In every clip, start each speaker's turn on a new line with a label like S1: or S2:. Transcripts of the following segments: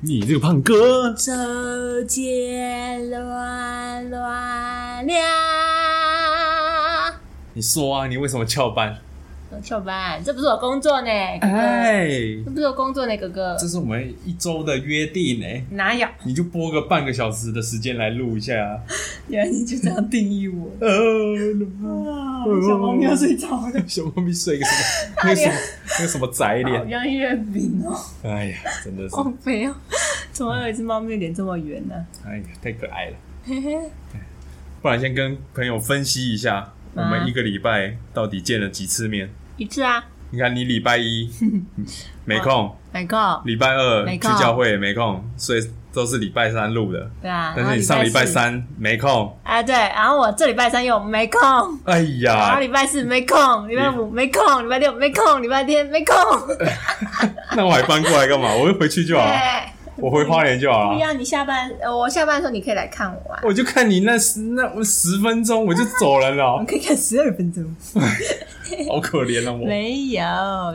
S1: 你这个胖哥，
S2: 手间乱乱了。
S1: 你说啊，你为什么翘班？
S2: 小班，这不是我工作呢，哥哥，
S1: 哎，
S2: 这不是我工作呢，哥哥，
S1: 这是我们一周的约定哎，
S2: 哪有？
S1: 你就拨个半个小时的时间来录一下啊。
S2: 原来你就这样定义我
S1: 呃，
S2: 啊
S1: 小猫咪要睡
S2: 着了，
S1: 小猫咪睡个 什么？那个什么那个什么宅
S2: 哎好
S1: 脸？
S2: 像月饼哦，
S1: 哎呀，真的是，
S2: 好肥哦，怎么有一只猫咪脸这么圆呢？
S1: 哎呀，太可爱了。
S2: 嘿嘿，
S1: 不然先跟朋友分析一
S2: 啊
S1: 下，我们一个礼拜到底见了几次面？
S2: 一次啊，
S1: 你看，你礼拜 一没空，
S2: 哪个？
S1: 礼拜二
S2: 哦没
S1: 去
S2: 空
S1: 教会也没空，所以都是礼拜三录的。
S2: 对啊，
S1: 但是你上礼拜
S2: 四
S1: 三没空，
S2: 啊，对，然后我这礼拜三又没空，
S1: 哎
S2: 然
S1: 呀
S2: 后，礼拜四没空，礼拜五没空，礼拜六没空，礼拜天没空，
S1: 那我还搬过来干嘛？我就回去就好了，
S2: 对，
S1: 我回花莲就好
S2: 不
S1: 了。
S2: 要你下班，呃我下班的时候你可以来看我啊，
S1: 我就看你那十那十分钟，我就走人
S2: 我
S1: 了
S2: 们， 可以看十二分钟。
S1: 好可怜啊！我
S2: 没有，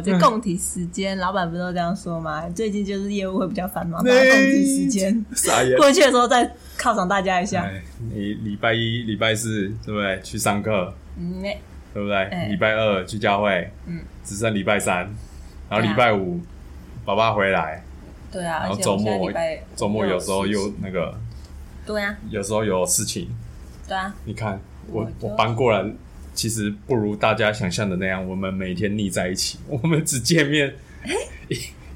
S2: 就供体时间，老板不都这样说吗？最近就是业务会比较繁忙，然后
S1: 哎
S2: 供体时间
S1: 傻眼。
S2: 过去的时候再犒赏大家一下。
S1: 哎，你礼拜一、礼拜四对不对？去上课，
S2: 嗯，哎
S1: 对不对？
S2: 哎
S1: 礼拜二去教会，
S2: 嗯，
S1: 只剩礼拜三，然后
S2: 对啊
S1: 礼拜五、爸爸回来，
S2: 对啊，
S1: 然
S2: 而
S1: 后
S2: 且
S1: 周
S2: 我们现在
S1: 末
S2: 礼拜
S1: 周末有时候
S2: 有事
S1: 又
S2: 情
S1: 那个，
S2: 对啊，
S1: 有时候有事情。
S2: 对啊，
S1: 你看，我
S2: 我就
S1: 我搬过来，其实不如大家想象的那样，我们每天腻在一起，我们只见面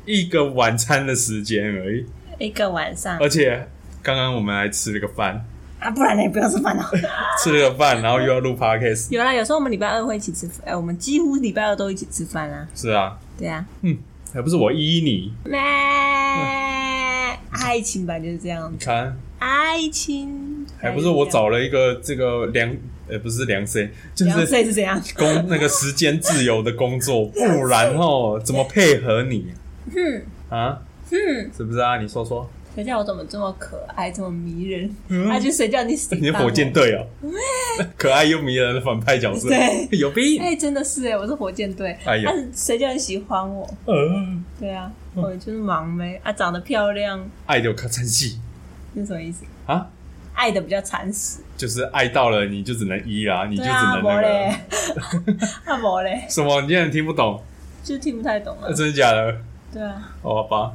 S1: 一一个晚餐的时间而已，
S2: 一个晚上
S1: 而且刚刚我们还吃了个饭，
S2: 啊，不然呢不要吃饭了。
S1: 吃了个饭，然后又要录 podcast，
S2: 有啦，有时候我们礼拜二会一起吃，哎，我们几乎礼拜二都一起吃饭啊。
S1: 是啊，
S2: 对啊，
S1: 嗯，还不是我依你。
S2: 咩爱情吧就是这样
S1: 你，看，
S2: 爱情
S1: 还不是我找了一个这个良，呃，不是良 C，就
S2: 两
S1: 是
S2: 岁是啊怎样？
S1: 工那个时间自由的工作，不然哦，怎么配合你
S2: 哼
S1: 啊？
S2: 哼，
S1: 是不是啊？你说说，
S2: 可见我怎么这么可爱，这么迷人？啊
S1: 嗯
S2: 他去睡觉，你死
S1: 你的火箭队哦，可爱又迷人的反派角色，
S2: 对
S1: 有病
S2: 哎、。真的是哎，我是火箭队，
S1: 哎呀
S2: 但是谁叫你喜欢我？
S1: 呃，
S2: 对啊，我就是忙妹啊，长得漂亮
S1: 爱的看成戏
S2: 是什么意思？
S1: 啊，
S2: 爱的比较惨死，
S1: 就是爱到了你就只能依啦，你就
S2: 对
S1: 只
S2: 啊，
S1: 能
S2: 没
S1: 那
S2: 嘞
S1: 个，
S2: 啊没嘞，
S1: 什么？你竟然听不懂？
S2: 就听不太懂
S1: 啊
S2: 啊。
S1: 真的假的？
S2: 对啊，
S1: 哦，好吧，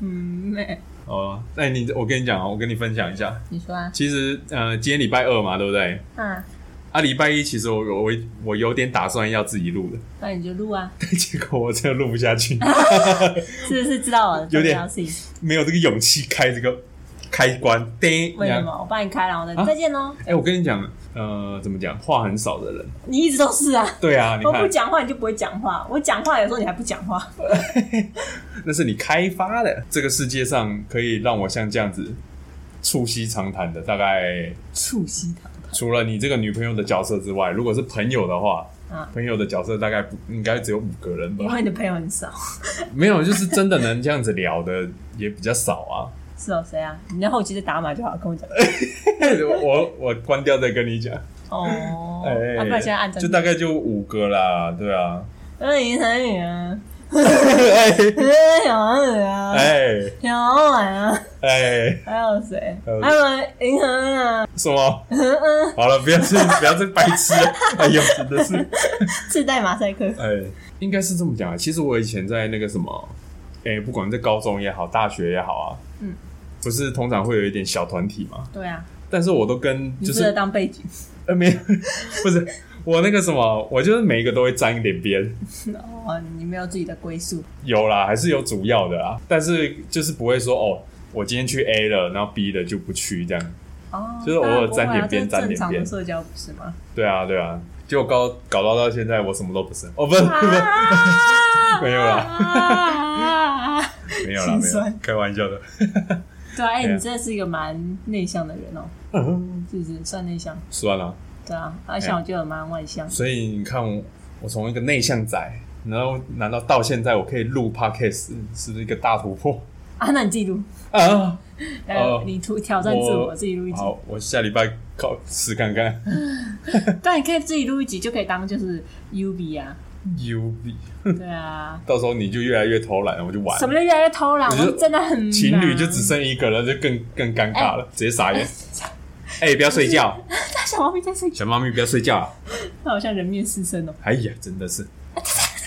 S2: 嗯，妹，
S1: 哦，那你我跟你讲哦，我跟你分享一下，
S2: 你说啊，
S1: 其实呃，今天礼拜二嘛，对不对？
S2: 啊，
S1: 啊，礼拜一其实我我我我有点打算要自己录的，
S2: 那你就录啊，
S1: 但结果我真的录不 下去，
S2: 是不是知道我的
S1: 有点
S2: 重要事情？
S1: 没有这个勇气开这个开关。叮，
S2: 为什
S1: 然后
S2: 么？我帮你开朗的，
S1: 啊
S2: 再见喽。
S1: 哎、我跟你讲，呃，怎么讲？话很少的人，
S2: 你一直都是啊，
S1: 对啊，你
S2: 我不
S1: 看，
S2: 讲话你就不会讲话，我讲话有时候你还不讲话。
S1: 那是你开发的。这个世界上可以让我像这样子促膝长谈的，大概
S2: 促膝长谈。
S1: 除了你这个女朋友的角色之外，如果是朋友的话，
S2: 啊
S1: 朋友的角色大概不应该只有五个人
S2: 因
S1: 吧？
S2: 为你的朋友很少。
S1: 没有，就是真的能这样子聊的也比较少啊。
S2: 是哦，谁啊？你在后期再打码就好，跟 我讲。
S1: 哎我我关掉再跟你讲，
S2: 哦，
S1: 哎、
S2: 啊，不然现在按暂
S1: 就
S2: 停。
S1: 大概就五个啦，对啊，
S2: 二零三零啊，
S1: 哎
S2: 小王子啊，
S1: 哎
S2: 小王婉啊，
S1: 哎，
S2: 还有谁？
S1: 还有
S2: 还有银行啊，
S1: 什么？好了，不要再不要再白痴了，哎呦，真的是，
S2: 自带马赛克。
S1: 哎，应该是这么讲啊。其实我以前在那个什么，哎，不管在高中也好，大学也好啊，
S2: 嗯，
S1: 不是通常会有一点小团体嘛，
S2: 对啊，
S1: 但是我都跟
S2: 你
S1: 就
S2: 适合
S1: 是
S2: 当背景。
S1: 呃没有，不是我那个什么，我就是每一个都会沾一点边。
S2: 哦，你没有自己的归宿。
S1: 有啦，还是有主要的啦，但是就是不会说哦，我今天去 A 了，然后 B 的就不去这样。
S2: 哦，
S1: 就是偶尔
S2: 当然不会啊
S1: 沾点
S2: 这是
S1: 边沾点
S2: 正
S1: 边
S2: 常的社交不是吗？
S1: 对啊，对啊，结果搞搞到到现在，我什么都不是。哦，不是，不是，
S2: 啊 哎
S1: 没 有啦
S2: 啦。
S1: 没有啦，
S2: 心
S1: 没有
S2: 酸
S1: 啦，开玩笑的。
S2: 对啊，哎，
S1: 对啊
S2: 你真的是一个蛮内向的人哦，是不是？算内向。
S1: 算了，
S2: 对啊，啊，像我就有蛮外向。
S1: 所以你看我，我从一个内向仔，然后难道到现在我可以录 podcast，是不是一个大突破
S2: 啊，那你自己录，
S1: 啊？
S2: 呃，你突挑战自我，自己录一集。
S1: 好，我下礼拜考试看看。
S2: 但你可以自己录一集，就可以当就是 U B 啊，
S1: 有比，
S2: 对啊，
S1: 到时候你就越来越偷懒，我就完
S2: 什么啊
S1: 了。
S2: 叫越来越偷懒？
S1: 我觉得
S2: 我真的很忙
S1: 情侣就只剩一个了，就更更尴尬了，直接傻眼。哎、不要睡 觉，
S2: 大小猫咪在睡觉，
S1: 小猫咪不要睡觉啊！
S2: 它好像人面狮身哦。
S1: 哎呀，真的是。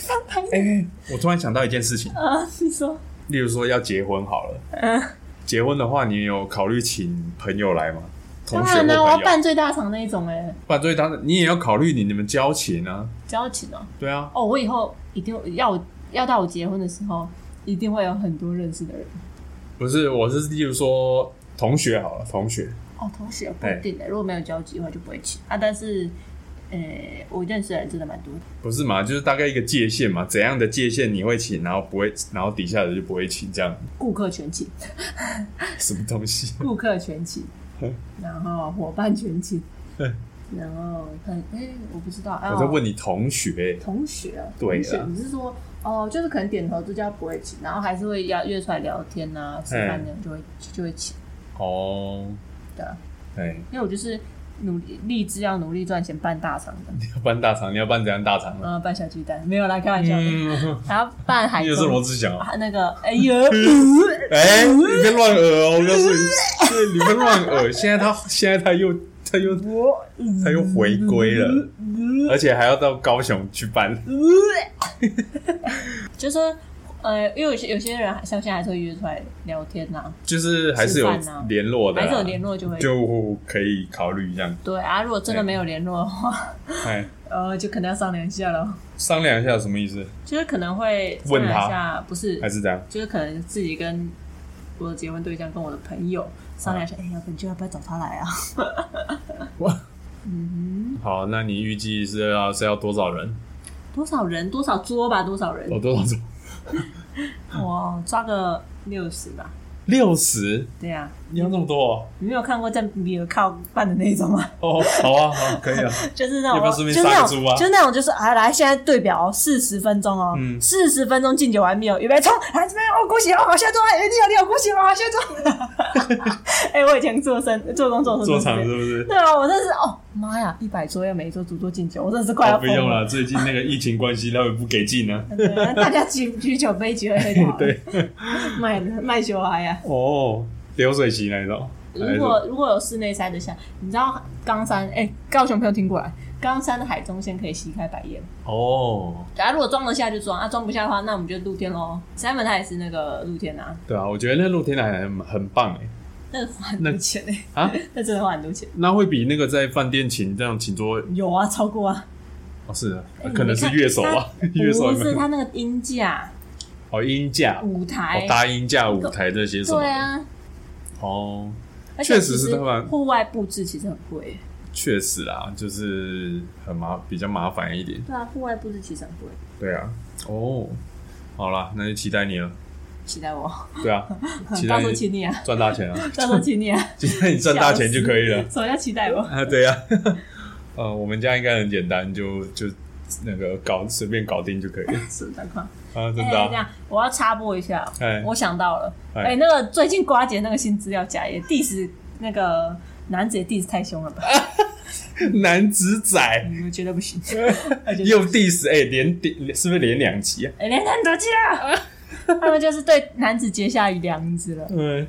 S2: 翻拍
S1: 哎、我突然想到一件事情，
S2: 啊，你说，
S1: 例如说要结婚好了，
S2: 嗯，
S1: 结婚的话，你有考虑请朋友来吗？同
S2: 当
S1: 学或
S2: 然
S1: 朋
S2: 啦、
S1: 友？
S2: 我要办最大场那一种哎、
S1: 办所以当然你也要考虑你你们交情啊，
S2: 交情哦、
S1: 对啊，
S2: 哦，我以后一定要我要到我结婚的时候，一定会有很多认识的人。
S1: 不是，我是例如说同学好了，同学，
S2: 哦，同学不一定的、如果没有交集的话就不会请啊。但是，呃，我认识的人真的蛮多的。
S1: 不是嘛？就是大概一个界限嘛，怎样的界限你会请，然后不会，然后底下的就不会请，这样
S2: 顾客全 请，
S1: 什么东西？
S2: 顾客全请，然后伙伴全请，然后很哎、我不知道啊。
S1: 我在问你同学，
S2: 同学啊，
S1: 对
S2: 同学
S1: 啊，
S2: 你是说哦，就是可能点头之交不会请，然后还是会要约出来聊天呐、吃饭这样就会就会请
S1: 哦，
S2: 的。
S1: 哎，
S2: 因为我就是努力立志要努力赚钱办大厂的，
S1: 你要办大肠，你要办怎样大肠呢？啊
S2: 然后呃办小巨蛋没有啦，开玩笑的，
S1: 嗯，
S2: 还要办海
S1: 又是罗
S2: 中。
S1: 志祥啊，
S2: 啊那 个，哎呦，
S1: 哎，你别乱讹哦，我告诉你，对，你别乱讹。现在他现在他又他又
S2: 我
S1: 他又回归了，而且还要到高雄去办。
S2: 就说，呃，因为有些有些人像现在还是会约出来聊天呐、
S1: 就是还是有
S2: 吃饭啊
S1: 联络的啦，
S2: 还是有联络就会
S1: 就可以考虑这样。
S2: 对啊。如果真的没有联络的话，
S1: 哎，
S2: 呃，就可能要商量一下喽。
S1: 商量一下什么意思？
S2: 就是可能会
S1: 问
S2: 商量
S1: 他
S2: 一下，不是
S1: 还是这样？
S2: 就是可能自己跟我的结婚对象跟我的朋友商
S1: 啊
S2: 量一下，哎、要不然就要不要找他来啊？
S1: 哇，嗯，好，那你预计是要是要多少人？
S2: 多少人？多少桌吧？多少人？
S1: 哦，多少种？嗯
S2: 我抓个六十吧。
S1: 六十？
S2: 对啊，
S1: 你要那么多哦？
S2: 你没有看过在米尔靠办的那种吗？
S1: 哦，好啊，好，可以啊。
S2: 就是那种，
S1: 要不要顺便
S2: 就是那
S1: 杀个
S2: 种，
S1: 猪啊
S2: 就是那种，就是啊，来，现在对表四十分钟哦
S1: 嗯，
S2: 四十、分钟敬酒完毕哦，预备冲，来这边哦，恭喜哦，好下桌，哎，你好，你好，恭喜哦，好下桌。 哎、我以前做生做工作 的时
S1: 做
S2: 候是
S1: 场是
S2: 这样
S1: 不是？
S2: 对啊，我真是哦，妈呀，一百桌要每一桌主桌敬酒，我真的是快要
S1: 哦，不
S2: 疯
S1: 用了，最近那个疫情关系，他们不给进呢。
S2: 对啊 大家举举酒杯举杯就好了。
S1: 对，
S2: 卖卖酒孩啊呀、
S1: 哦，流水席那一种。
S2: 如果如果有室内塞得下，你知道冈山哎、高雄朋友听过来，冈山的海中线可以席开百宴。
S1: 哦，
S2: 假如如果装得下就装，啊装不下的话，那我们就露天喽。三门它也是那个露天啊，
S1: 对啊，我觉得那露天的还很很棒哎。
S2: 那花很多钱哎、
S1: 啊，
S2: 那真的花很多钱。
S1: 那会比那个在饭店请这样请桌
S2: 有啊，超过啊，
S1: 哦，是的
S2: 哎，
S1: 可能是乐手吧，
S2: 你
S1: 乐手
S2: 看
S1: 有
S2: 不
S1: 没
S2: 是
S1: 有
S2: 它那个音架、
S1: 哦，音架、哦，
S2: 舞台，
S1: 搭音架、舞台这些什么
S2: 对
S1: 的，
S2: 啊，
S1: 哦，
S2: 而且
S1: 确实
S2: 其
S1: 是
S2: 实
S1: 它蛮
S2: 户外布置其实很贵，欸
S1: 确实啦，就是很麻，比较麻烦一点，
S2: 对啊，户外布置其实很贵。
S1: 对啊，哦，好啦，那就期待你了，
S2: 期待我，
S1: 对 啊，期
S2: 到
S1: 待
S2: 时候
S1: 你
S2: 请你啊，
S1: 赚大钱 啊，
S2: 到时候请你啊，
S1: 期待你赚大钱就可以了
S2: 什么叫期待我？
S1: 啊，对啊，呃，我们家应该很简单，就就那个搞随便搞定就可以了
S2: 什么状况？
S1: 啊，真
S2: 哎、
S1: 的
S2: 这
S1: 啊，
S2: 样我要插播一下，
S1: 哎
S2: 我想到了，哎、
S1: 哎
S2: 那个最近瓜姐那个新资料夹也 diss 那个男子也 diss 太凶了吧？
S1: 哎男子仔
S2: 我觉得不行，我觉得
S1: 又 diss 哎，连连是不是连两集啊？
S2: 哎连男得气了。他们就是对男子结下梁子了，
S1: 嗯。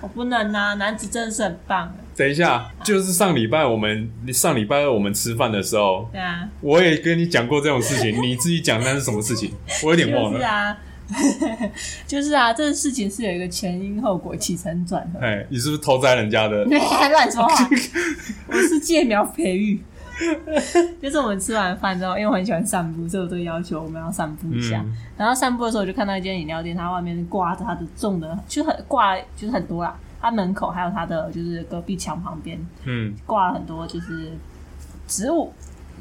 S2: 我不能啊！男子真的是很棒，啊
S1: 等一下，就是上礼拜我们上礼拜二我们吃饭的时候，
S2: 对啊，
S1: 我也跟你讲过这种事情，你自己讲那是什么事情，我有点忘
S2: 就是
S1: 了。
S2: 啊，就是啊， 这事情是有一个前因后果、起承转合。
S1: 哎，你是不是偷摘人 家的？
S2: 乱说话！我是借苗培育。 就是我们吃完饭之后，因为我很喜欢散步，所以我都要求我们要散步一下。
S1: 嗯
S2: 然后散步的时候，我就看到一间饮料店，它外面挂着它的种的，就很挂，就是很多啦。它门口还有它的就是隔壁墙旁边
S1: 嗯，
S2: 挂了很多就是植物。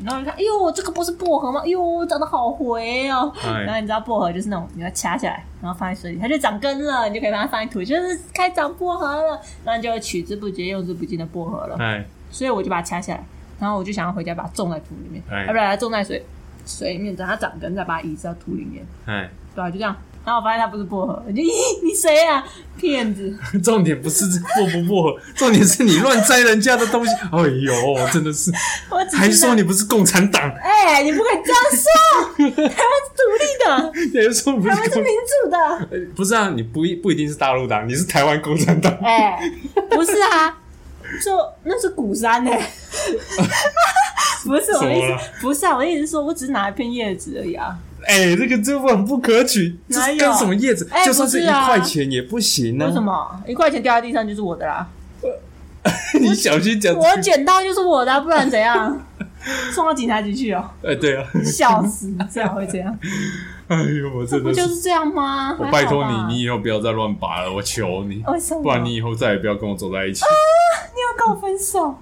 S2: 然后你看，哎呦，这个不是薄荷吗？哎呦，长得好回哦。
S1: 哎
S2: 然后你知道薄荷就是那种你要掐下来，然后放在水里，它就长根了，你就可以把它放在土里，就是开长薄荷了。那你就取之不竭、用之不尽的薄荷了。
S1: 哎，
S2: 所以我就把它掐下来，然后我就想要回家把它种在土里面，啊
S1: 哎
S2: 要不然它种在水水里面，等它长根再把它移植到土里面。
S1: 哎，
S2: 对啊，就这样。然后我发现它不是薄荷，我就咦，你谁啊？骗子！
S1: 重点不是薄不薄，重点是你乱摘人家的东西。哎呦，真的是，
S2: 我只
S1: 还
S2: 是
S1: 说你不是共产 党，
S2: 哎、你不可以这样说，台湾是独立的，
S1: 还说不
S2: 台湾
S1: 是
S2: 是
S1: 共
S2: 民，主的。
S1: 呃不是啊，你不一不一定是大陆党，你是台湾共产党。
S2: 哎、不是啊，就那是鼓山呢、欸不是我的意
S1: 怎么了
S2: 思，不是啊，我的意思是说，我只是拿一片叶子而已啊。
S1: 哎，这个这个很不可取，这
S2: 哪
S1: 是
S2: 有
S1: 干什么叶子？
S2: 哎
S1: 就算
S2: 不是
S1: 一
S2: 啊
S1: 块钱也不行
S2: 为什
S1: 啊！
S2: 么一块钱掉在地上就是我的啦？
S1: 你小心讲。
S2: 我捡到就是我的啊、不然怎 样？送到警察局去哦！
S1: 哎，对啊，
S2: 笑死，最好会这样，
S1: 哎呦，我真
S2: 不
S1: 的，
S2: 就是是这样吗？还
S1: 我
S2: 好
S1: 拜托
S2: 吧哦
S1: 你，你以后不要再乱拔了，我求你，
S2: 为什么？
S1: 不然你以后再也不要跟我走在一起。
S2: 你要跟我分 手？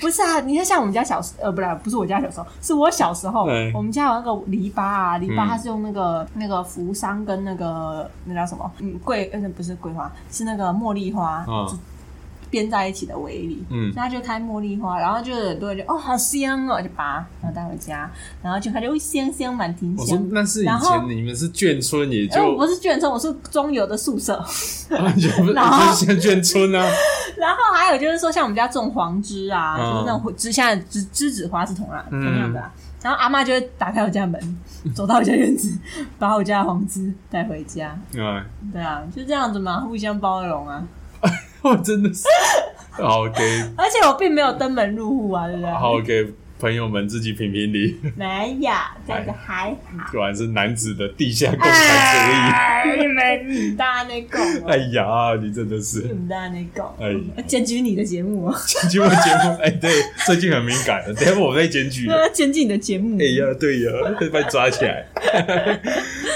S2: 不是啊，你看像我们家小时，呃，不是啊不是我家小时候，是我小时候
S1: 嗯，
S2: 我们家有那个篱笆啊，篱
S1: 嗯
S2: 笆它是用那个、那个扶桑跟那个那叫什么，嗯，桂，呃，不是桂花，是那个茉莉花，
S1: 啊
S2: 就编在一起的围篱，
S1: 嗯
S2: 所以他就开茉莉花，然后就很多人就哦好香哦，就拔，然后带回家，然后就它就会香香满庭
S1: 我说
S2: 香。
S1: 那是以
S2: 然后哎
S1: 前你们是眷村，也
S2: 因为我
S1: 就
S2: 不是眷村，我是中游的宿舍。
S1: 啊 也不 是
S2: 然后
S1: 是眷眷村啊。
S2: 然后还有就是说，像我们家种黄栀啊，
S1: 嗯
S2: 就是那种栀，现在栀栀子花是同样
S1: 嗯
S2: 同样的、啊。然后阿妈就会打开我家门，走到我家院子，把我家的黄栀带回家。
S1: 啊，
S2: 对啊，就这样子嘛，互相包容啊。
S1: 我真的是好给
S2: 而且我并没有登门入户啊，对不对？
S1: 好给朋友们自己评评理，
S2: 没呀，这
S1: 哎
S2: 个还好。
S1: 果然是男子的地下共产
S2: 哎，你们你大那个，
S1: 主义。哎呀，你真的是，
S2: 你大那个，
S1: 哎呀，
S2: 检举你的节目哦，
S1: 检举我节目，哎，对，最近很敏感的，等一下我被 检举了。
S2: 检举你的节目
S1: 哎。呀，对呀，会被抓起来。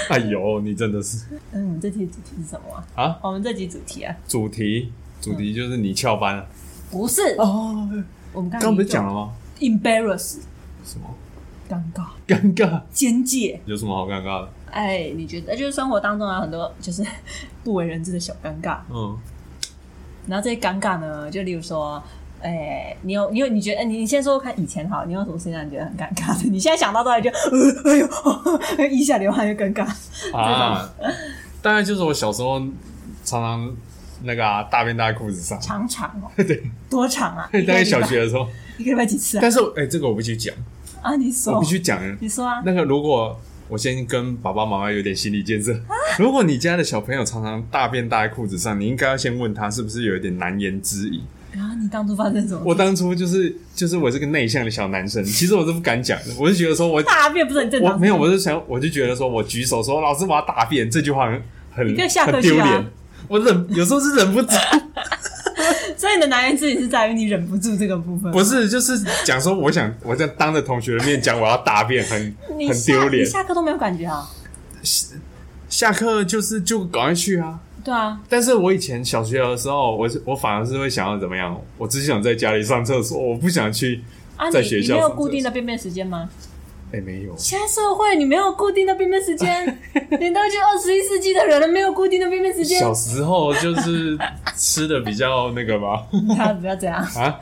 S1: 哎呦，你真的是
S2: 嗯，我们这题主题是什么啊？
S1: 啊！
S2: 我们这集主题啊，
S1: 主题主题就是你翘班了
S2: 不是
S1: 嗯哦，
S2: 我们刚
S1: 刚
S2: 刚
S1: 不是讲了吗？
S2: embarrass
S1: 什么
S2: 尴尬
S1: 尴尬？
S2: 边界。
S1: 有什么好尴尬的？
S2: 哎，你觉得就是生活当中有很多就是 不为人知的小尴尬，
S1: 嗯，
S2: 然后这些尴尬呢，就例如说，哎，你有你有你觉得，哎，你你先说说看以前好，你有什么事情让你觉得很尴尬的？ 你现在想到都还觉得，呃，哎呦， 一下流汗就尴尬。
S1: 啊，当然就是我小时候常常那个、啊、大便大在裤 子上，
S2: 长长哦，
S1: 对，
S2: 多长啊？
S1: 大
S2: 一个
S1: 概
S2: 礼拜
S1: 小学的时候。
S2: 一个礼拜几次啊？
S1: 但是哎、这个我必须讲，
S2: 啊，你
S1: 我
S2: 说
S1: 必，须讲。
S2: 你说啊，
S1: 那个如果我先跟爸爸妈妈有点心理建设，如果你家的小朋友常常大便大在裤子上，你应该要先问他是不是有一点难言之隐。
S2: 然啊后你当初发生什么？
S1: 我当初就是就是我是个内向的小男生，其实我是不敢讲的，我就觉得说我
S2: 大便不是很 正
S1: 我
S2: 常？
S1: 没有，我就想，我就觉得说我举手说老师我要大便这句话很
S2: 你
S1: 很
S2: 可以下课
S1: 很丢
S2: 去啊
S1: 脸，我忍有时候是忍不住，
S2: 所以你的难言之隐是在于你忍不住这个部分。
S1: 不是就是讲说我想我在当着同学的面讲我要大便，很
S2: 你
S1: 很
S2: 下
S1: 丢脸
S2: 你。下课都没有感觉啊？
S1: 下课就是就赶快去啊！
S2: 对啊，
S1: 但是我以前小学的时候，我是我反而是会想要怎么样？我只想在家里上厕所，我不想去。
S2: 啊你
S1: 在学
S2: 你
S1: 校
S2: 没有
S1: 上
S2: 固
S1: 厕
S2: 定的便便时间吗？
S1: 哎、没有，
S2: 现在社会你没有固定的便便时 间，你都已经二十一世纪的人了，没有固定的便便时间，
S1: 小时候就是吃的比较那个吧
S2: 他不要这样，
S1: 啊。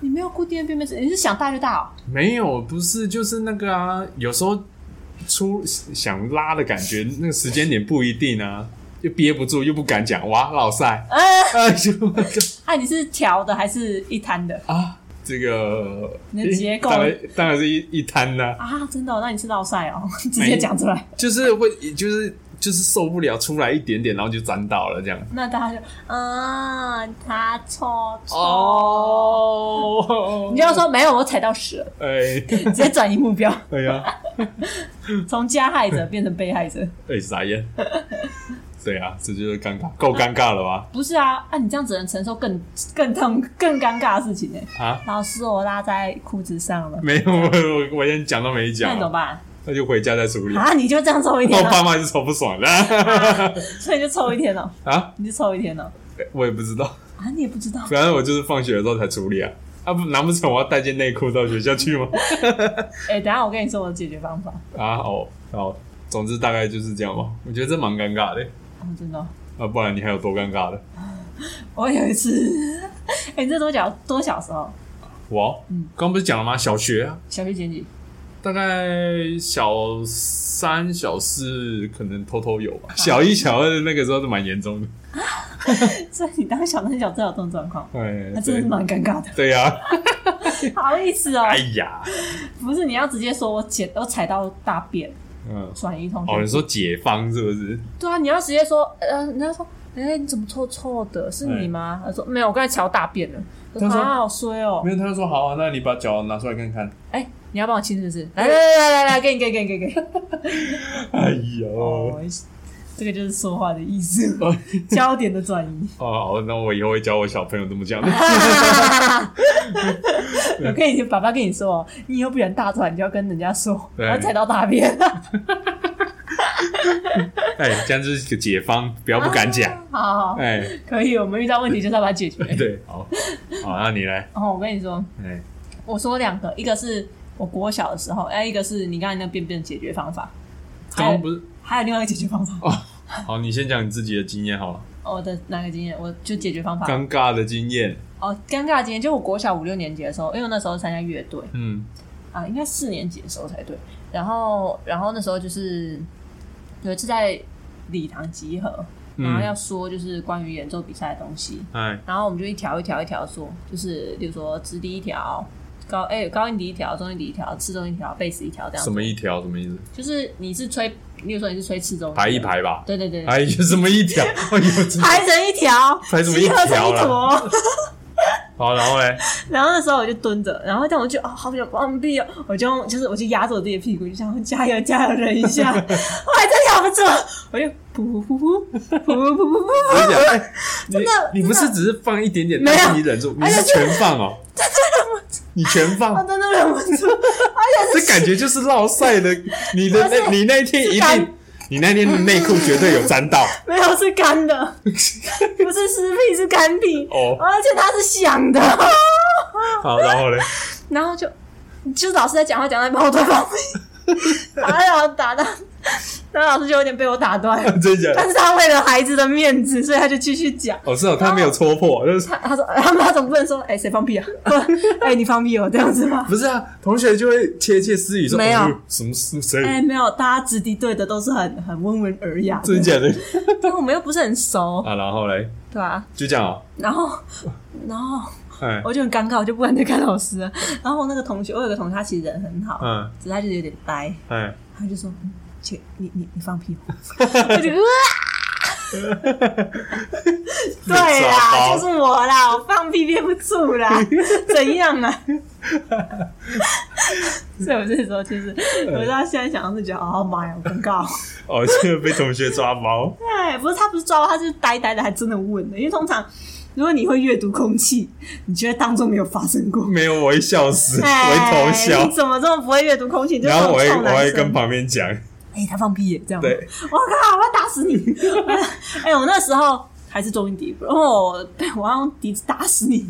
S2: 你没有固定的便便时间，你是想大就大哦。
S1: 没有，不是，就是那个啊，有时候出想拉的感觉，那个时间点不一定啊，又憋不住，又不敢讲，哇，老塞，
S2: 呃，
S1: 啊，就
S2: 啊，你是条的还是一摊的
S1: 啊，这个
S2: 你的结构
S1: 当然当然是一一摊啦、
S2: 啊？真的哦、那你是绕晒哦， 直
S1: 没
S2: 接讲出来，
S1: 就是会，就是就是受不了，出来一点点，然后就沾到了这样。
S2: 那大家就嗯，他错错。
S1: 哦，
S2: 你就要说没有，我踩到屎了，
S1: 哎
S2: 直接转移目标，
S1: 哎呀，
S2: 从加害者变成被害者。
S1: 哎傻眼，对啊，这就是尴尬，够尴尬了吧？
S2: 不是啊，啊，你这样只能承受更更痛、更尴尬的事情呢、欸
S1: 啊，
S2: 老师，我拉在裤子上了，
S1: 没有，我我我连讲都没
S2: 那
S1: 讲
S2: 你怎么
S1: 啊，
S2: 办？
S1: 那就回家再处理。
S2: 啊，你就这样抽一
S1: 我
S2: 天
S1: 爸
S2: 了，
S1: 妈是超不爽的
S2: 所以就抽一天了，
S1: 啊！
S2: 你就抽一天了哦
S1: 我也不知道，
S2: 啊，你也不知道，
S1: 反正我就是放学的时候才处理啊。啊不，难不成我要带件内裤到学校去 吗？
S2: 哎、等一下我跟你说我的解决方法，
S1: 啊哦哦，总之大概就是这样吧。我觉得这蛮尴尬的
S2: 哦，真的哦，
S1: 啊，不然你还有多尴尬的？
S2: 我有一次， 哎、你这多小多小时候，
S1: 我
S2: 嗯
S1: 刚不是讲了吗？小学啊，
S2: 小学几年级？
S1: 大概小三、小四可能偷偷有吧，
S2: 啊
S1: 小一、小二那个时候是蛮严重的。
S2: 所以你当小三小四有这种状况，
S1: 哎
S2: 那，真的
S1: 对
S2: 是，蛮尴尬
S1: 对 呀，
S2: 的，好意思哦。
S1: 哎呀，
S2: 不是你要直接说我捡我踩到大便，
S1: 嗯，
S2: 转移同学。
S1: 哦，你说解放是不是？
S2: 对啊，你要直接说，呃，人家说，哎、你怎么臭臭的？是你吗？他说没有，我刚才踩到大便了。我说
S1: 哎他说
S2: 啊，好衰哦、
S1: 没有，他就说好啊，那你把脚拿出来看看。
S2: 哎、你要帮我亲是不是？来来来来来，给你给你给你给你 给你。
S1: 哎
S2: 哦
S1: 呦，，
S2: 这个就是说话的艺术，
S1: 哦，
S2: 焦点的转移。
S1: 好，那我以后会教我小朋友这么讲 的。
S2: 我跟你爸爸跟你说，哦，你以后不然大喘，你就要跟人家说，
S1: 对
S2: 我踩到大便。
S1: 哎，这样就是个解放，不要不敢讲。
S2: 好好好，
S1: 哎，
S2: 可以，我们遇到问题就是要把它解决。
S1: 对，好，好，那你来，
S2: 然后我跟你说，
S1: 哎，
S2: 我说两个，一个是我国小的时候，哎，一个是你刚才那便便解决方法，
S1: 刚刚不是
S2: 还有另外一个解决方法。哦
S1: 哦，好，你先讲你自己的经验好了，
S2: 我的哪个经验？我就解决方法。
S1: 尴尬的经验，
S2: 哦，尴尬的经验，就我国小五六年级的时候，因为我那时候参加乐队
S1: 嗯，
S2: 啊，应该四年级的时候才对。然后，然后那时候就是有一次在礼堂集合，
S1: 嗯
S2: 然后要说就是关于演奏比赛的东西，
S1: 哎，
S2: 然后我们就一条一条一条说，就是比如说直笛一条，高哎、高音笛一条，中音笛一条，次中音一条，贝斯一条这样。
S1: 什么一？条？什么意思？
S2: 就是你是吹，例如说你是吹次中，
S1: 排一。排吧。
S2: 对对对，对
S1: 哎，有什么一条？ 哎呦，真
S2: 排成一条，
S1: 排成一
S2: 集合成
S1: 条
S2: 一
S1: 啦
S2: 坨。
S1: 好，然后嘞，
S2: 然后那时候我就蹲着，然后但我就哦，好想放屁哦，我就用就是我就压着我自己的屁股，就想加油加油忍一下，我还真咬不住，我就噗噗噗噗噗噗噗
S1: 我
S2: 噗噗，
S1: 跟你讲，哎，
S2: 真的
S1: 你你不是只是放一点点，
S2: 没有哎
S1: 但是你忍住，你是全放哦，你全
S2: 我
S1: 放，
S2: 真的忍不住，
S1: 这感觉就是落晒的，你的
S2: 不是
S1: 那，你那一天一
S2: 是干
S1: 定，你那天的内裤绝对有沾到，
S2: 没有是干的，不是湿屁是干屁，
S1: 哦
S2: 而且它是响的，
S1: 好，然后嘞，
S2: 然后就就是老师在讲话讲到一半，我突然放屁，打扰打到，然后老师就有点被我打断，
S1: 真假
S2: 但
S1: 的？
S2: 是他为了孩子的面子，所以他就继续讲。
S1: 哦，是哦，他没有戳破，就是
S2: 他他说 他他总不能说哎谁放屁啊， 不哎、你放屁哦这样子吗？
S1: 不是啊，同学就会窃窃私语说
S2: 没有
S1: 哦什么事谁
S2: 哎、没有，大家直敌对的都是很很温文尔雅
S1: 真
S2: 的，
S1: 假的
S2: 但我们又不是很熟，
S1: 啊，然后嘞
S2: 对吧、啊？
S1: 就这样哦，
S2: 然后然后
S1: 哎
S2: 我就很尴尬，我就不敢再看老师了。然后我那个同学，我有个同学，他其实人很好，
S1: 嗯
S2: 只是他就是有点呆，
S1: 哎，
S2: 他就说嗯姐你你你放屁哦， 我就啊。对啦，
S1: 抓包
S2: 就是我啦，我放屁憋不住 啦，怎样啊？所以我这时候就是，
S1: 嗯
S2: 我到现在想到是觉得，哦妈呀，好尴 尬哦。
S1: 哦，这个被同学抓包，
S2: 对，不是他不是抓包，他是呆呆的，还真的问的。因为通常如果你会阅读空气，你就会当做没有发生 过。
S1: 没有我会笑死，我
S2: 哎
S1: 会偷笑
S2: 你，怎么这么不会阅读空气？你就是
S1: 然
S2: 这
S1: 后
S2: 种
S1: 我会
S2: 臭男
S1: 我会
S2: 生
S1: 跟旁边讲，
S2: 哎、他放屁耶，这样吗。
S1: 对
S2: 我靠，我要打死你！ 哎、我那时候还是中音笛，然后我被我要用笛子打死你。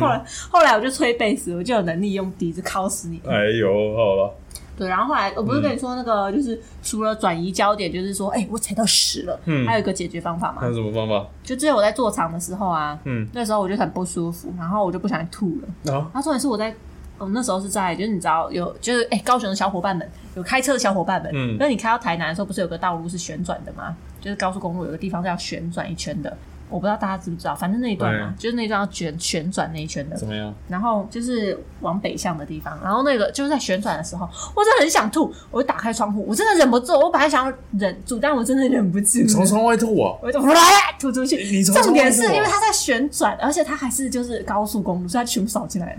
S2: 后来后来我就吹贝斯，我就有能力用笛子敲死你。
S1: 哎呦，好了，
S2: 对，然后后来我不是跟你说那个，就是除了转移焦点，就是说，哎、我踩到屎了，
S1: 嗯
S2: 还有一个解决方法嘛
S1: 那，有什么方法？
S2: 就之前我在做场的时候啊，
S1: 嗯，
S2: 那时候我就很不舒服，然后我就不想吐了。
S1: 啊，
S2: 然后重点是我在，嗯，那时候是在，就是你知道有，就是哎、高雄的小伙伴们，有开车的小伙伴们，
S1: 嗯
S2: 那你开到台南的时候，不是有个道路是旋转的吗？就是高速公路有个地方是要旋转一圈的，我不知道大家知不知道，反正那一段
S1: 啊
S2: 嘛，就是那一段要旋旋转那一圈的
S1: 怎，么样？
S2: 然后就是往北向的地方，然后那个就是在旋转的时候，我真的很想吐，我就打开窗户，我真的忍不住，我本来想要忍住，但我真的忍不住了，
S1: 从窗外吐啊？
S2: 我就来吐出去。
S1: 你从
S2: 重点是
S1: 窗户啊
S2: 因为它在旋转，而且它还是就是高速公路，所以它全部扫进来了。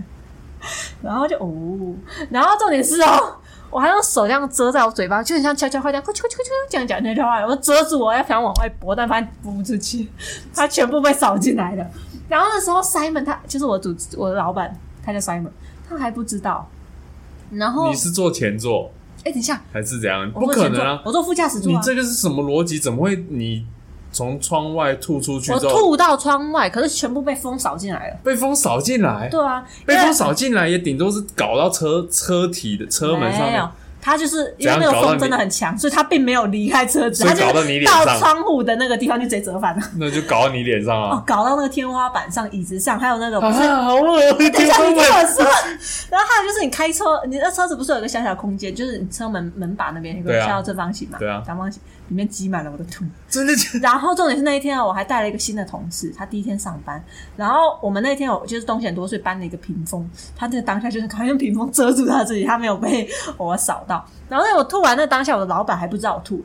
S2: 然后就哦，然后重点是哦，我还用手这样遮在我嘴巴，就很像悄悄话这样，快去快去快去这样讲悄悄话，我遮住我要想往外拨，但发现拨不出去，它全部被扫进来了。然后那时候 Simon 他就是我主我的老板，他叫 Simon，他还不知道。然后
S1: 你是坐前座
S2: 哎，等一下，
S1: 还是怎样？
S2: 哦我
S1: 不
S2: 坐
S1: 可
S2: 前
S1: 能
S2: 座
S1: 啊！
S2: 我坐副驾驶座、
S1: 你
S2: 啊，
S1: 这个是什么逻辑？怎么会你从窗外吐出去
S2: 我
S1: 之后
S2: 吐到窗外，可是全部被风扫进来了。
S1: 被风扫进来？
S2: 对啊，
S1: 被
S2: 因为
S1: 风扫进来也顶多是搞到车车体的车门上
S2: 没
S1: 面
S2: 有，，他就是因
S1: 怎
S2: 为
S1: 样
S2: 那个
S1: 搞到
S2: 风
S1: 你
S2: 真的很强，所以他并没有离开车子，
S1: 所以
S2: 他就
S1: 搞到你
S2: 是
S1: 脸上
S2: 到窗户的那个地方就直接折返了，
S1: 那就搞到你脸上啊！啊
S2: 哦，搞到那个天花板上、椅子上，还有那个不是。
S1: 啊，好恶心！
S2: 等一下，你听我说，然然后还有就是你开车，你的车子不是有一个小小的空间，就是你车门门把那边有个
S1: 对啊
S2: 小小正方形嘛，
S1: 对啊
S2: 长方形里面挤满了我的吐。
S1: 真的假的？
S2: 然后重点是那一天啊，我还带了一个新的同事，他第一天上班。然后我们那天我就是东西很多，所以搬了一个屏风。他那个当下就是好像用屏风遮住他自己，他没有被我扫到。然后那我吐完那当下，我的老板还不知道我吐了，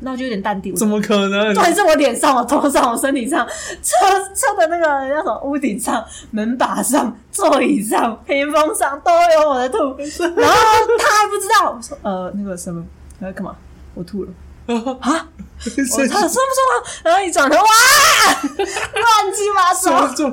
S2: 那我就有点淡定。我就
S1: 怎么可能？
S2: 重点是我脸上、我头上、我身体上、车车的那个叫什么屋顶上、门把上、座椅上、屏风上都有我的 吐，然后他还不知道。我说呃，那个什么，他说干嘛？我吐了啊！ 我
S1: 这
S2: 他说不说啊？然后一转头 哇，乱七八
S1: 怎么
S2: 糟。
S1: 做？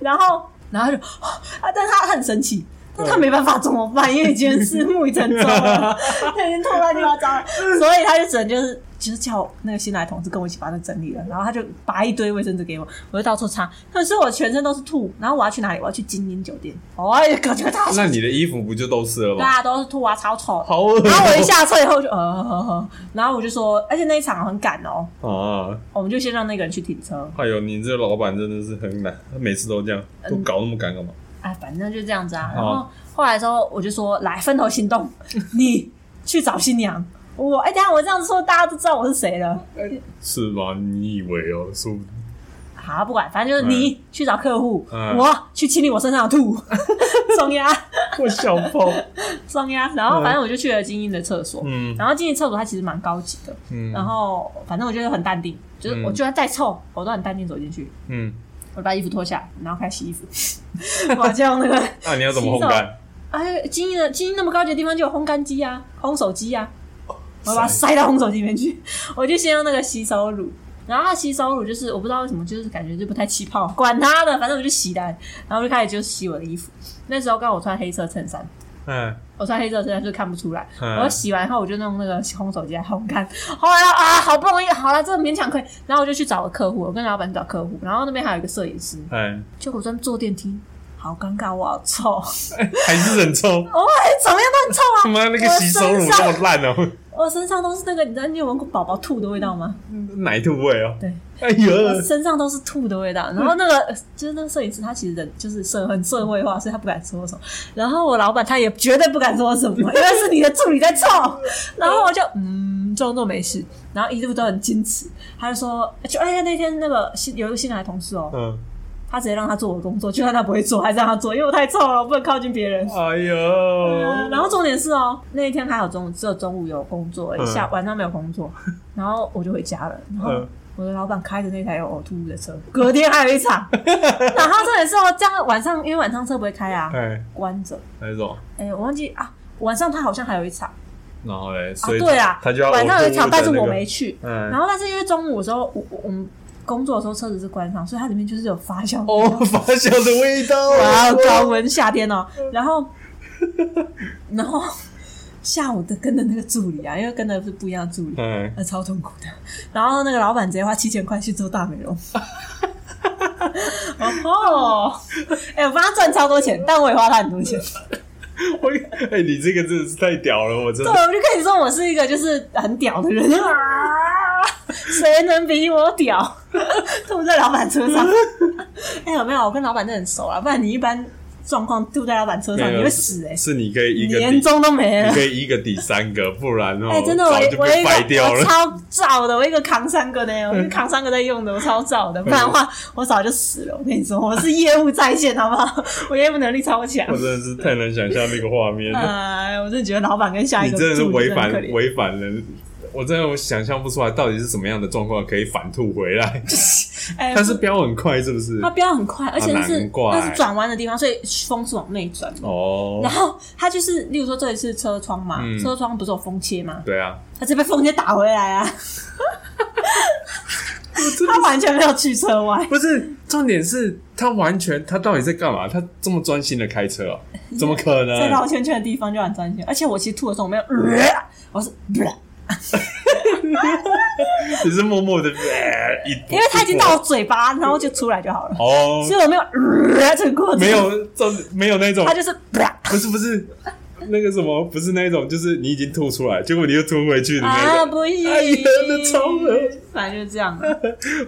S2: 然后然后他就啊，但他很生气。但他没办法怎么办？因为已经是木已成舟 了，他已经吐乱七八糟了，
S1: 嗯
S2: 所以他就只能就是就是叫那个新来同事跟我一起把它整理了，然后他就拔一堆卫生纸给我，我就到处擦。可是我全身都是吐，然后我要去哪里？我要去精英酒店。哦，感觉他
S1: 那你的衣服不就都是了
S2: 对
S1: 吗？
S2: 啊，都是吐啊，超丑的。
S1: 好恶哦
S2: 然后我一下车以后就呃呃，呃然后我就说，而且那一场很赶哦，
S1: 啊！
S2: 我们就先让那个人去停车。
S1: 哎呦，你这老板真的是很懒，他每次都这样，
S2: 嗯
S1: 都搞那么赶干嘛？
S2: 哎，反正就这样子啊。
S1: 好
S2: 然后后来之后，我就说来分头行动，你去找新娘。我哎、等一下我这样子说，大家都知道我是谁了。
S1: 是吗？你以为哦？说不
S2: 好，不管，反正就是你去找客户，
S1: 嗯
S2: 我去清理我身上的吐， 双压
S1: 我小包，
S2: 双压。然后
S1: 嗯
S2: 反正我就去了精英的厕所，
S1: 嗯
S2: 然后精英厕所它其实蛮高级的。
S1: 嗯
S2: 然后反正我就是很淡定，就是
S1: 嗯
S2: 我就算再臭，我都很淡定走进去，
S1: 嗯，
S2: 我把衣服脱下来，然后开始洗衣服。 我就用那个
S1: 那你要怎么烘干？
S2: 哎，精英的精英那么高级的地方就有烘干机啊、烘手机啊，我把它塞到烘手机里面去。 我就先用那个洗手乳，然后它洗手乳就是我不知道为什么，就是感觉就不太起泡，管它的，反正我就洗的，然后就开始就洗我的衣服。那时候刚好我穿黑色衬衫，
S1: 嗯，
S2: 我穿黑色衬衫就看不出来。
S1: 嗯
S2: 我洗完后我就弄那个烘手机来烘干，后来啊，好不容易好了，这勉强可以。然后我就去找了客户，我跟老板去找客户，然后那边还有一个摄影师，
S1: 哎，
S2: 结果我专坐电梯，好尴尬，我好臭。
S1: 还是很臭。
S2: 哦，怎么样都很臭啊！
S1: 他妈那个洗手乳那么烂哦，
S2: 我身上都是那个，你知道你有闻过宝宝吐的味道吗？
S1: 奶吐味哦。
S2: 对，
S1: 哎呦，
S2: 我身上都是吐的味道。然后那个呃就是那个摄影师，他其实人就是社很社会化，所以他不敢说什么。然后我老板他也绝对不敢说什么，因为是你的助理在臭。然后我就嗯装作没事，然后一路都很矜持。他就说，哎就而且那天那个新有一个新来的同事哦，
S1: 嗯，
S2: 他直接让他做我的工作，就算他不会做，还是让他做，因为我太臭了，我不能靠近别人。
S1: 哎呦
S2: 嗯，然后重点是哦，那一天还有中午，只有中午有工作，
S1: 嗯
S2: 下晚上没有工作，然后我就回家了。然后
S1: 嗯
S2: 我的老板开着那台有呕吐物的车，隔天还有一 场。然后重点是哦，这样晚上因为晚上车不会开啊，
S1: 哎，
S2: 关着。
S1: 那种，
S2: 哎，我忘记啊，晚上他好像还有一场
S1: 然后嘞，
S2: 啊，
S1: 所以
S2: 对啊，
S1: 他就要
S2: 晚上有一
S1: 呕吐
S2: 场，
S1: 的
S2: 但是
S1: 那
S2: 我
S1: 个
S2: 没去。然
S1: 嗯，
S2: 后但是因为中午的时候，我我我们工作的时候车子是关上，所以它里面就是有发酵。
S1: 哦，发酵的味道，啊
S2: 哇，高温夏天哦，
S1: 嗯
S2: 然后然后下午的跟着那个助理啊，因为跟的是不一样的助理，
S1: 嗯，
S2: 那超痛苦的。然后那个老板直接花七千块去做大美 容。哦，哎、我帮他赚超多
S1: 嗯
S2: 钱，但我也花他很多钱。
S1: 我哎，你这个真的是太屌了，我真
S2: 对，
S1: 的
S2: 我就跟你说，我是一个就是很屌的
S1: 嗯
S2: 人，啊谁能比我屌？ 吐在老板车 上。哎、有没有？我跟老板真的很熟啊，不然你一般状况吐在老板车上，
S1: 没有
S2: 你会死哎、
S1: 是你可以一个
S2: 年
S1: 抵，
S2: 终都没了
S1: 你可。以一个抵三个，不然哦，
S2: 哎、真的，我
S1: 早就
S2: 我
S1: 被
S2: 一
S1: 掰
S2: 个
S1: 掉
S2: 我
S1: 了。
S2: 超早的，我一个扛三个呢，我一个扛三个在用的，我超早的，不然的话我早就死了。我跟你说，我是业务在线，好不好？我业务能力超强
S1: 我。真的是太难想象那个画面了，
S2: 哎，我真的觉得老板跟下一
S1: 你
S2: 个
S1: 真的是
S2: 助理
S1: 违
S2: 很
S1: 反
S2: 可怜
S1: 违反了，我真的我想象不出来到底是什么样的状况可以反吐 回来。
S2: 哎，
S1: 它是飙很快是不是
S2: 它？飙很快，而且那是
S1: 难怪
S2: 那是转弯的地方，所以风是往内转的。
S1: 哦
S2: 然，后它就是，例如说这里是车窗嘛，
S1: 嗯
S2: 车窗不是有风切吗？
S1: 对啊，
S2: 它是被风切打回来 啊！它完全没有去车外，
S1: 不是，重点是他完全他到底在干嘛？他这么专心的开车 哦，怎么可
S2: 在绕
S1: 能？
S2: 圈圈的地方就很专心。而且我其实吐的时候我没有，我是，因
S1: 只是默默的，呃一因
S2: 为它已经到我嘴巴，然后就出来就好了，
S1: 哦，
S2: 所以我没有这个过程，
S1: 没，有这没有那种
S2: 它，就是，
S1: 不是不是那个什么，不是那种，就是你已经吐出来，结果你又吐回去的那
S2: 啊，
S1: 种。
S2: 不行，
S1: 哎呀，那超恶
S2: 反正就是这样。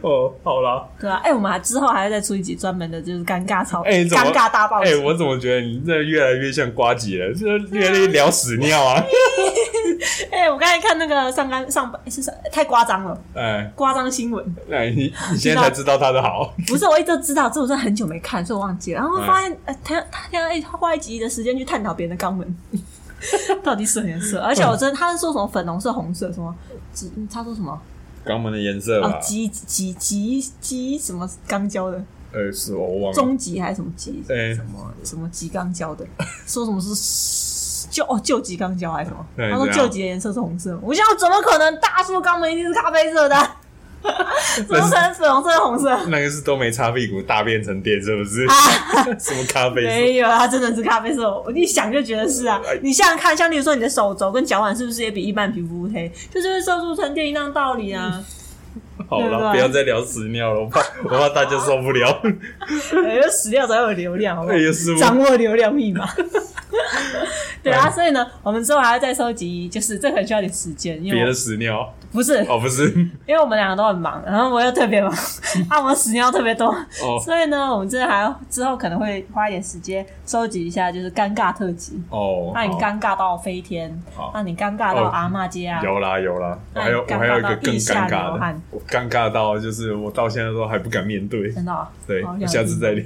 S1: 哦，好啦，
S2: 对啊，哎、我们还之后还要再出一集专门的，就是尴尬超、
S1: 哎怎么
S2: 尴尬大爆
S1: 哎、
S2: 炸。
S1: 我怎么觉得你这越来越像瓜姐了？这越来越聊屎尿啊！
S2: 哎、我刚才看那个上纲上哎是上太夸张了，
S1: 哎，
S2: 夸张新闻。
S1: 哎，你你现在才知道他的好，
S2: 不是，我一直知道，这我真的很久没看，所以我忘记了。然后发
S1: 嗯
S2: 现，呃，他他他哎，他花一集的时间去探讨别人的肛门 到底是什么颜
S1: 嗯
S2: 色，而且我真的，他是说什么粉红色、红色什么，紫他说什么
S1: 肛门的颜色
S2: 哦
S1: 吧，？
S2: 极极极极什么钢胶的
S1: 呃，是我忘了。
S2: 中极还是什么极
S1: 哎
S2: 什么什么极钢胶的，说什么是旧哦旧极钢胶还是什么？
S1: 对啊
S2: 他说
S1: 这样
S2: 旧极的颜色是红色，我想怎么可能？大叔肛门一定是咖啡色的 啊，怎么可能粉红色、红色？
S1: 那个是都没擦屁股，大便沉淀是不是？ 什么咖啡色？
S2: 啊
S1: 哎
S2: 没有，它真的是咖啡色，我一想就觉得是啊。你想想看，像例如说你的手肘跟脚腕是不是也比一般皮肤黑？就是因为色素沉淀一样道理啊。
S1: 好
S2: 对吧
S1: 了，不要再聊屎尿了，我怕我怕大家受 不了。
S2: 哎有死掉才有流量，好不好
S1: 哎？呀，师傅，
S2: 掌握流量密 码。对
S1: 哎
S2: 啊，所以呢，我们之后还要再收集，就是这可能需要点时间，因为
S1: 别的
S2: 我
S1: 屎尿
S2: 不是
S1: 哦，不是
S2: 因为我们两个都很忙，然后我又特别 忙，啊，我屎尿特别多，
S1: 哦
S2: 所以呢，我们真的还要之后可能会花一点时间收集一下，就是尴尬特辑。
S1: 哦，
S2: 让你
S1: 好
S2: 尴尬到飞天
S1: 好，
S2: 让你尴尬到阿嬷街啊！
S1: 有啦有啦，我
S2: 那
S1: 还有我
S2: 尴
S1: 还有
S2: 尬
S1: 一个
S2: 到
S1: 更
S2: 地下
S1: 尴
S2: 流
S1: 尬的
S2: 汗，
S1: 我尴尬到就是我到现在都还不敢面对。
S2: 真的哦、
S1: 对，
S2: 好
S1: 我下次再聊。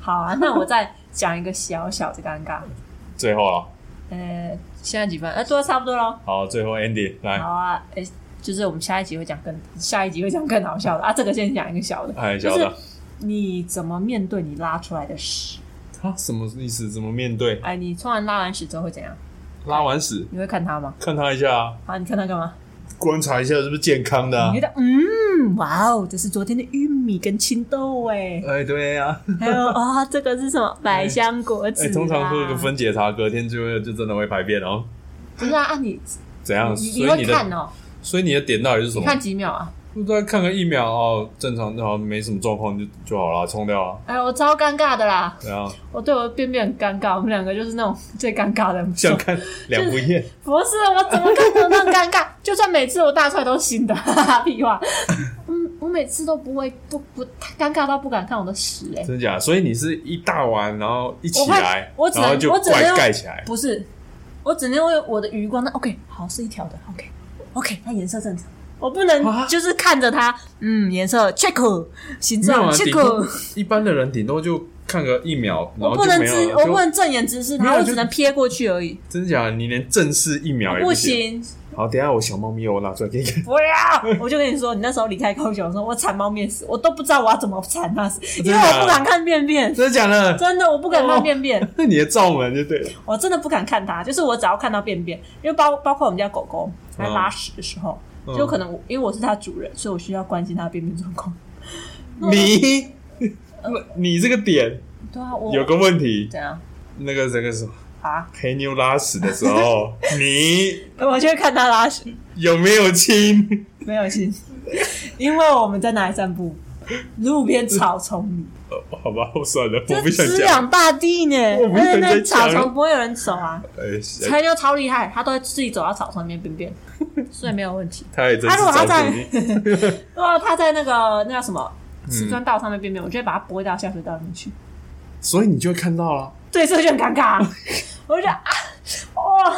S2: 好啊，那我再讲一个小小的尴尬。
S1: 最后啊，
S2: 呃，现在几分？呃，多差不多喽。
S1: 好，最后 Andy 来，
S2: 好啊，诶，就是我们下一集会讲更，下一集会讲更好笑的啊。这个先讲一个小的，
S1: 哎，
S2: 就
S1: 小
S2: 是
S1: 的
S2: 你怎么面对你拉出来的屎？
S1: 啊，什么意思？怎么面对？
S2: 哎，你突然拉完屎之后会怎样？
S1: 拉完屎
S2: 你会看它吗？
S1: 看他一下啊，
S2: 啊，你看它干嘛？
S1: 观察一下是不是健康的啊
S2: 你觉。得嗯，哇哦，这是昨天的玉米跟青豆哎，
S1: 哎，对呀，
S2: 还 有啊、这个是什么百香果子、啊
S1: 哎，通常喝个分解茶，隔天就会就真的会排便哦。
S2: 不是啊，啊你
S1: 怎样？
S2: 你
S1: 所
S2: 你
S1: 以
S2: 会
S1: 你
S2: 看
S1: 的
S2: 哦、
S1: 所以你的点到底是什
S2: 你
S1: 么？
S2: 看几秒啊？
S1: 不知道看个一秒哦，正常，然后没什么状况就就好了，冲掉啊。
S2: 哎，我超尴尬的啦！
S1: 然后
S2: 我对我便便很尴尬，我们两个就是那种最尴尬的人。
S1: 想看两不厌，
S2: 不是我怎么可能那么尴尬？ 就算每次我大出来都是新的，哈哈，屁话。 嗯，我每次都不会不不尴尬到不敢看我的屎哎、
S1: 真假？所以你是一大碗，然后一起
S2: 我会
S1: 来，
S2: 我只能
S1: 然后就
S2: 我只能
S1: 盖
S2: 用
S1: 盖起来。
S2: 不是，我只能用我的余光那 OK，好是一条的 OK OK，它颜色正常。我不能
S1: 啊
S2: 就是看着它，嗯，颜色 check，形
S1: 没有
S2: 状
S1: 啊，顶
S2: check
S1: 多。一般的人顶多就看个一秒，然
S2: 我
S1: 后
S2: 不
S1: 就
S2: 能
S1: 没
S2: 直，
S1: 有
S2: 我不
S1: 了。就
S2: 能正眼直视
S1: 没
S2: 它，
S1: 有
S2: 我
S1: 就
S2: 只能瞥过去而已。
S1: 真假？你连正视一秒也
S2: 不
S1: 行。
S2: 行，
S1: 好，等一下我小猫咪我拿出来给你看。
S2: 不要！我就跟你说，你那时候离开高雄的时候，我铲猫面屎，我都不知道我要怎么铲它屎，因
S1: 真
S2: 为
S1: 的啊
S2: 我
S1: 哦
S2: 不敢看便便，
S1: 真的假的？
S2: 真的我不敢看便便，
S1: 那你的罩门就对了。
S2: 我真的不敢看它。就是我只要看到便便，因为包包括我们家狗狗
S1: 哦
S2: 它拉屎的时候，
S1: 嗯
S2: 就可能我因为我是它主人，所以我需要关心它的便便状况。嗯
S1: 你 你这个点
S2: 对啊，嗯我
S1: 有个问题，
S2: 怎样
S1: 那个这个什么
S2: 啊？
S1: 黑妞拉屎的时候， 你
S2: 我就会看它拉屎，
S1: 有没有亲？
S2: 没有信心，因为我们在哪里散步，路边草丛里。
S1: 呃好吧，我算了，我
S2: 这
S1: 不想
S2: 滋
S1: 讲。
S2: 养大地呢，
S1: 我不想
S2: 而且那
S1: 再讲
S2: 草
S1: 了
S2: 丛不会有人走啊，
S1: 哎，
S2: 柴牛超厉害，它都会自己走到草丛里面便 便，所以没有问题。
S1: 他也真
S2: 他
S1: 是
S2: 如果
S1: 照
S2: 他在
S1: 顾你。，
S2: 如果它哦在那个那叫什么瓷砖道上面便便，我就会把它拨到下水道里面去，
S1: 所以你就会看到了。
S2: 对，所以就很尴 尬、啊，我就觉得啊，哦，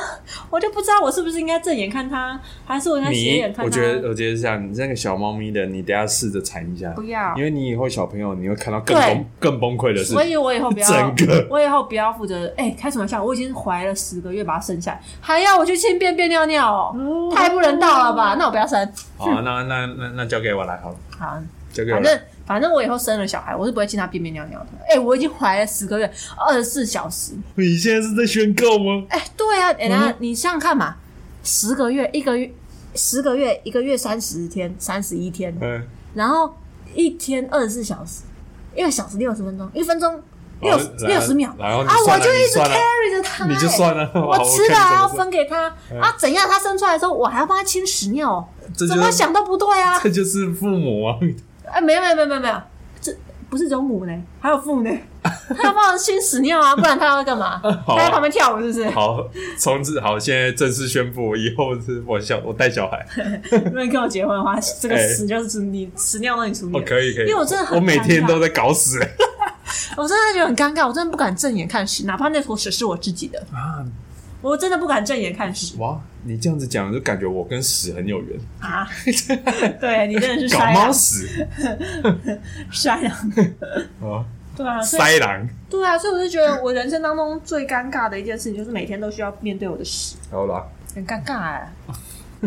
S2: 我就不知道我是不是应该正眼看它，还是我应该斜
S1: 你
S2: 眼，看它？
S1: 我觉得，我觉得是这样，你那个小猫咪的，你等一下试着缠一下，
S2: 不要
S1: 因为你以后小朋友你会看到更
S2: 对
S1: 崩更崩溃的事
S2: 所。以我以后不要，
S1: 整个
S2: 我以后不要负责。哎、开什么玩笑？我已经怀了十个月，把它生下来，还要我去清便便尿尿、哦，太不人道了吧？那我不要生。
S1: 好啊，那那那那交给我来好了，
S2: 好，
S1: 交给我
S2: 反
S1: 来。
S2: 正反正我以后生了小孩，我是不会亲他便便尿尿的。哎、我已经怀了十个月，二十四小时。
S1: 你现在是在宣告吗？
S2: 哎、对啊，哎、
S1: 嗯
S2: 那你想想看嘛，十个月，一个月，十个月，一个月三十天，三十一天，
S1: 嗯，
S2: 然后一天二十四小时，一个小时六十分钟，一分钟六
S1: 然后
S2: 六十秒，
S1: 然后你
S2: 啊，我
S1: 算了
S2: 就一
S1: 你
S2: 直
S1: 算了
S2: carry 着他、
S1: 你就
S2: 哎
S1: 算了，
S2: 我
S1: 好
S2: 吃了
S1: 看你
S2: 还
S1: 怎
S2: 要
S1: 么说
S2: 分给他啊，怎样？他生出来的时候，我还要帮他清屎尿哦，
S1: 这
S2: 怎
S1: 就
S2: 么
S1: 是
S2: 想都不对啊！
S1: 这就是父母啊，
S2: 哎，没有没有没有没有没有，这不是只有母呢，还有父呢，他要帮我熏屎尿啊，不然他要干嘛？
S1: 好啊
S2: 他在旁边跳舞是不是？
S1: 好，从此好，现在正式宣布，以后是我小我带小孩，
S2: 如果你跟我结婚的话，这个
S1: 哎
S2: 屎就是你屎尿让你处理
S1: 哦，
S2: 的。
S1: 可以可以，
S2: 因为我真的很
S1: 我每天
S2: 尴尬
S1: 都在搞死
S2: 我真的觉得很尴尬，我真的不敢正眼看屎，哪怕那坨屎是我自己的，
S1: 啊！
S2: 我真的不敢正眼看屎
S1: 哇，你这样子讲，就感觉我跟屎很有缘，
S2: 啊！对你真的是啊
S1: 搞
S2: 衰
S1: 猫
S2: 狼，
S1: 屎
S2: 衰狼，
S1: 啊，
S2: 对啊，所以
S1: 塞狼。
S2: 对啊，所以我就觉得我人生当中最尴尬的一件事情，就是每天都需要面对我的屎，
S1: 好啦，
S2: 很尴尬哎、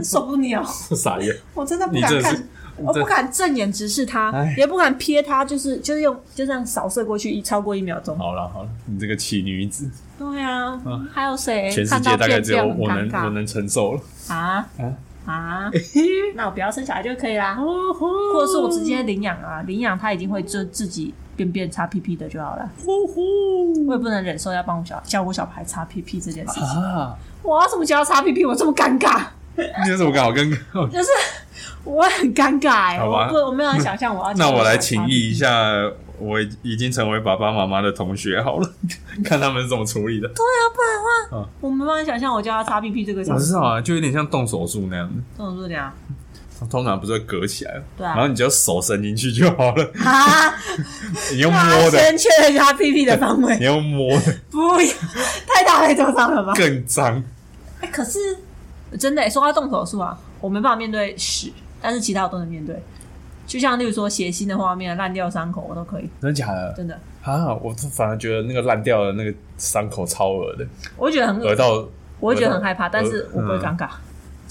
S2: 受不了，
S1: 傻眼，
S2: 我真的不
S1: 你
S2: 敢
S1: 真的是
S2: 看。，我
S1: 你
S2: 不
S1: 真
S2: 敢正眼直视他
S1: 哎，
S2: 也不敢瞥他，就是就是用就这样扫射过去一超过一秒钟。
S1: 好了好了，你这个奇女子，
S2: 对啊，还有谁
S1: 全世
S2: 看到
S1: 界大概
S2: 变
S1: 只
S2: 这
S1: 有
S2: 样很
S1: 我能
S2: 尴尬
S1: 我能承受了。
S2: 啊
S1: 啊哦
S2: 啊？ 那我不要生小孩就可以啦，或者是我直接领养啊，领养他已经会就自己便便擦屁屁的就好了。
S1: 呼呼
S2: 我也不能忍受要帮我小教我小孩擦屁屁这件事情，
S1: 啊！
S2: 我要怎么教他擦屁屁？我这么尴尬，
S1: 你有什么刚好跟？
S2: 就是 我很尴尬哎、
S1: 好
S2: 我
S1: 吧
S2: 不我没有想象我要
S1: 那
S2: 教
S1: 我
S2: 小孩
S1: 来
S2: 擦
S1: 情
S2: 屁
S1: 谊一 下，我已经成为爸爸妈妈的同学好了， 看他们是怎么处理的。
S2: 啊我没办法想象我教他擦屁屁这个场
S1: 嗯我
S2: 景，
S1: 知道啊，就有点像动手术那样
S2: 这种是啊怎 样？
S1: 通常不是会隔起来，
S2: 对啊
S1: 然后你就手伸进去就好了，
S2: 啊，
S1: 你用
S2: 那
S1: 摸
S2: 他
S1: 的，
S2: 先确认一下屁屁的方
S1: 你
S2: 位，
S1: 用摸的
S2: 不要太大太受伤了吧？
S1: 更脏。
S2: 哎、可是真的、说到动手术啊，我没办法面对屎，但是其他我都能面对。就像例如说血腥的画面、烂掉伤口，我都可以，
S1: 真的假的
S2: 真的，
S1: 啊？我反而觉得那个烂掉的那个伤口超恶的，
S2: 我会觉得很
S1: 恶
S2: 恶，
S1: 到
S2: 我会觉得很害怕，
S1: 恶
S2: 但是我不会尴尬。
S1: 嗯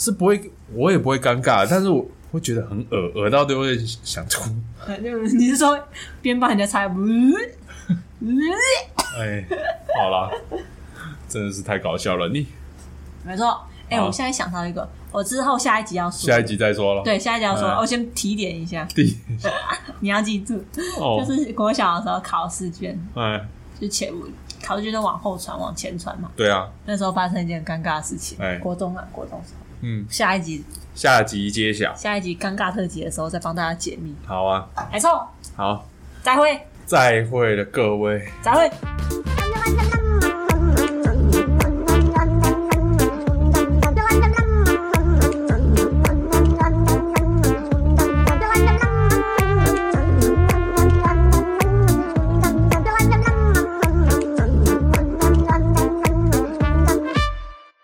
S1: 是不会，我也不会尴尬，但是我会觉得很恶，恶到都会想吐。
S2: 呃就是你是说边帮人家 擦，嗯嗯
S1: 哎，好啦，真的是太搞笑了，你
S2: 没错。哎、
S1: 好
S2: 我现在想到一个，我之后下一集要说，
S1: 下一集再说了。
S2: 对下一集要说，
S1: 嗯
S2: 我先提点一下，
S1: 第
S2: 你要记住，
S1: 哦
S2: 就，是国小的时候考试卷，
S1: 哎，
S2: 就前考试卷都往后传，往前传嘛。
S1: 对啊，
S2: 那时候发生一件尴尬的事情，
S1: 哎
S2: 国中啊，国中的时候
S1: 嗯，
S2: 下一集
S1: 下集揭晓。
S2: 下一集尴尬特辑的时候再帮大家解密。
S1: 好啊，
S2: 没错，
S1: 好，
S2: 再会，
S1: 再会了各位。
S2: 再会。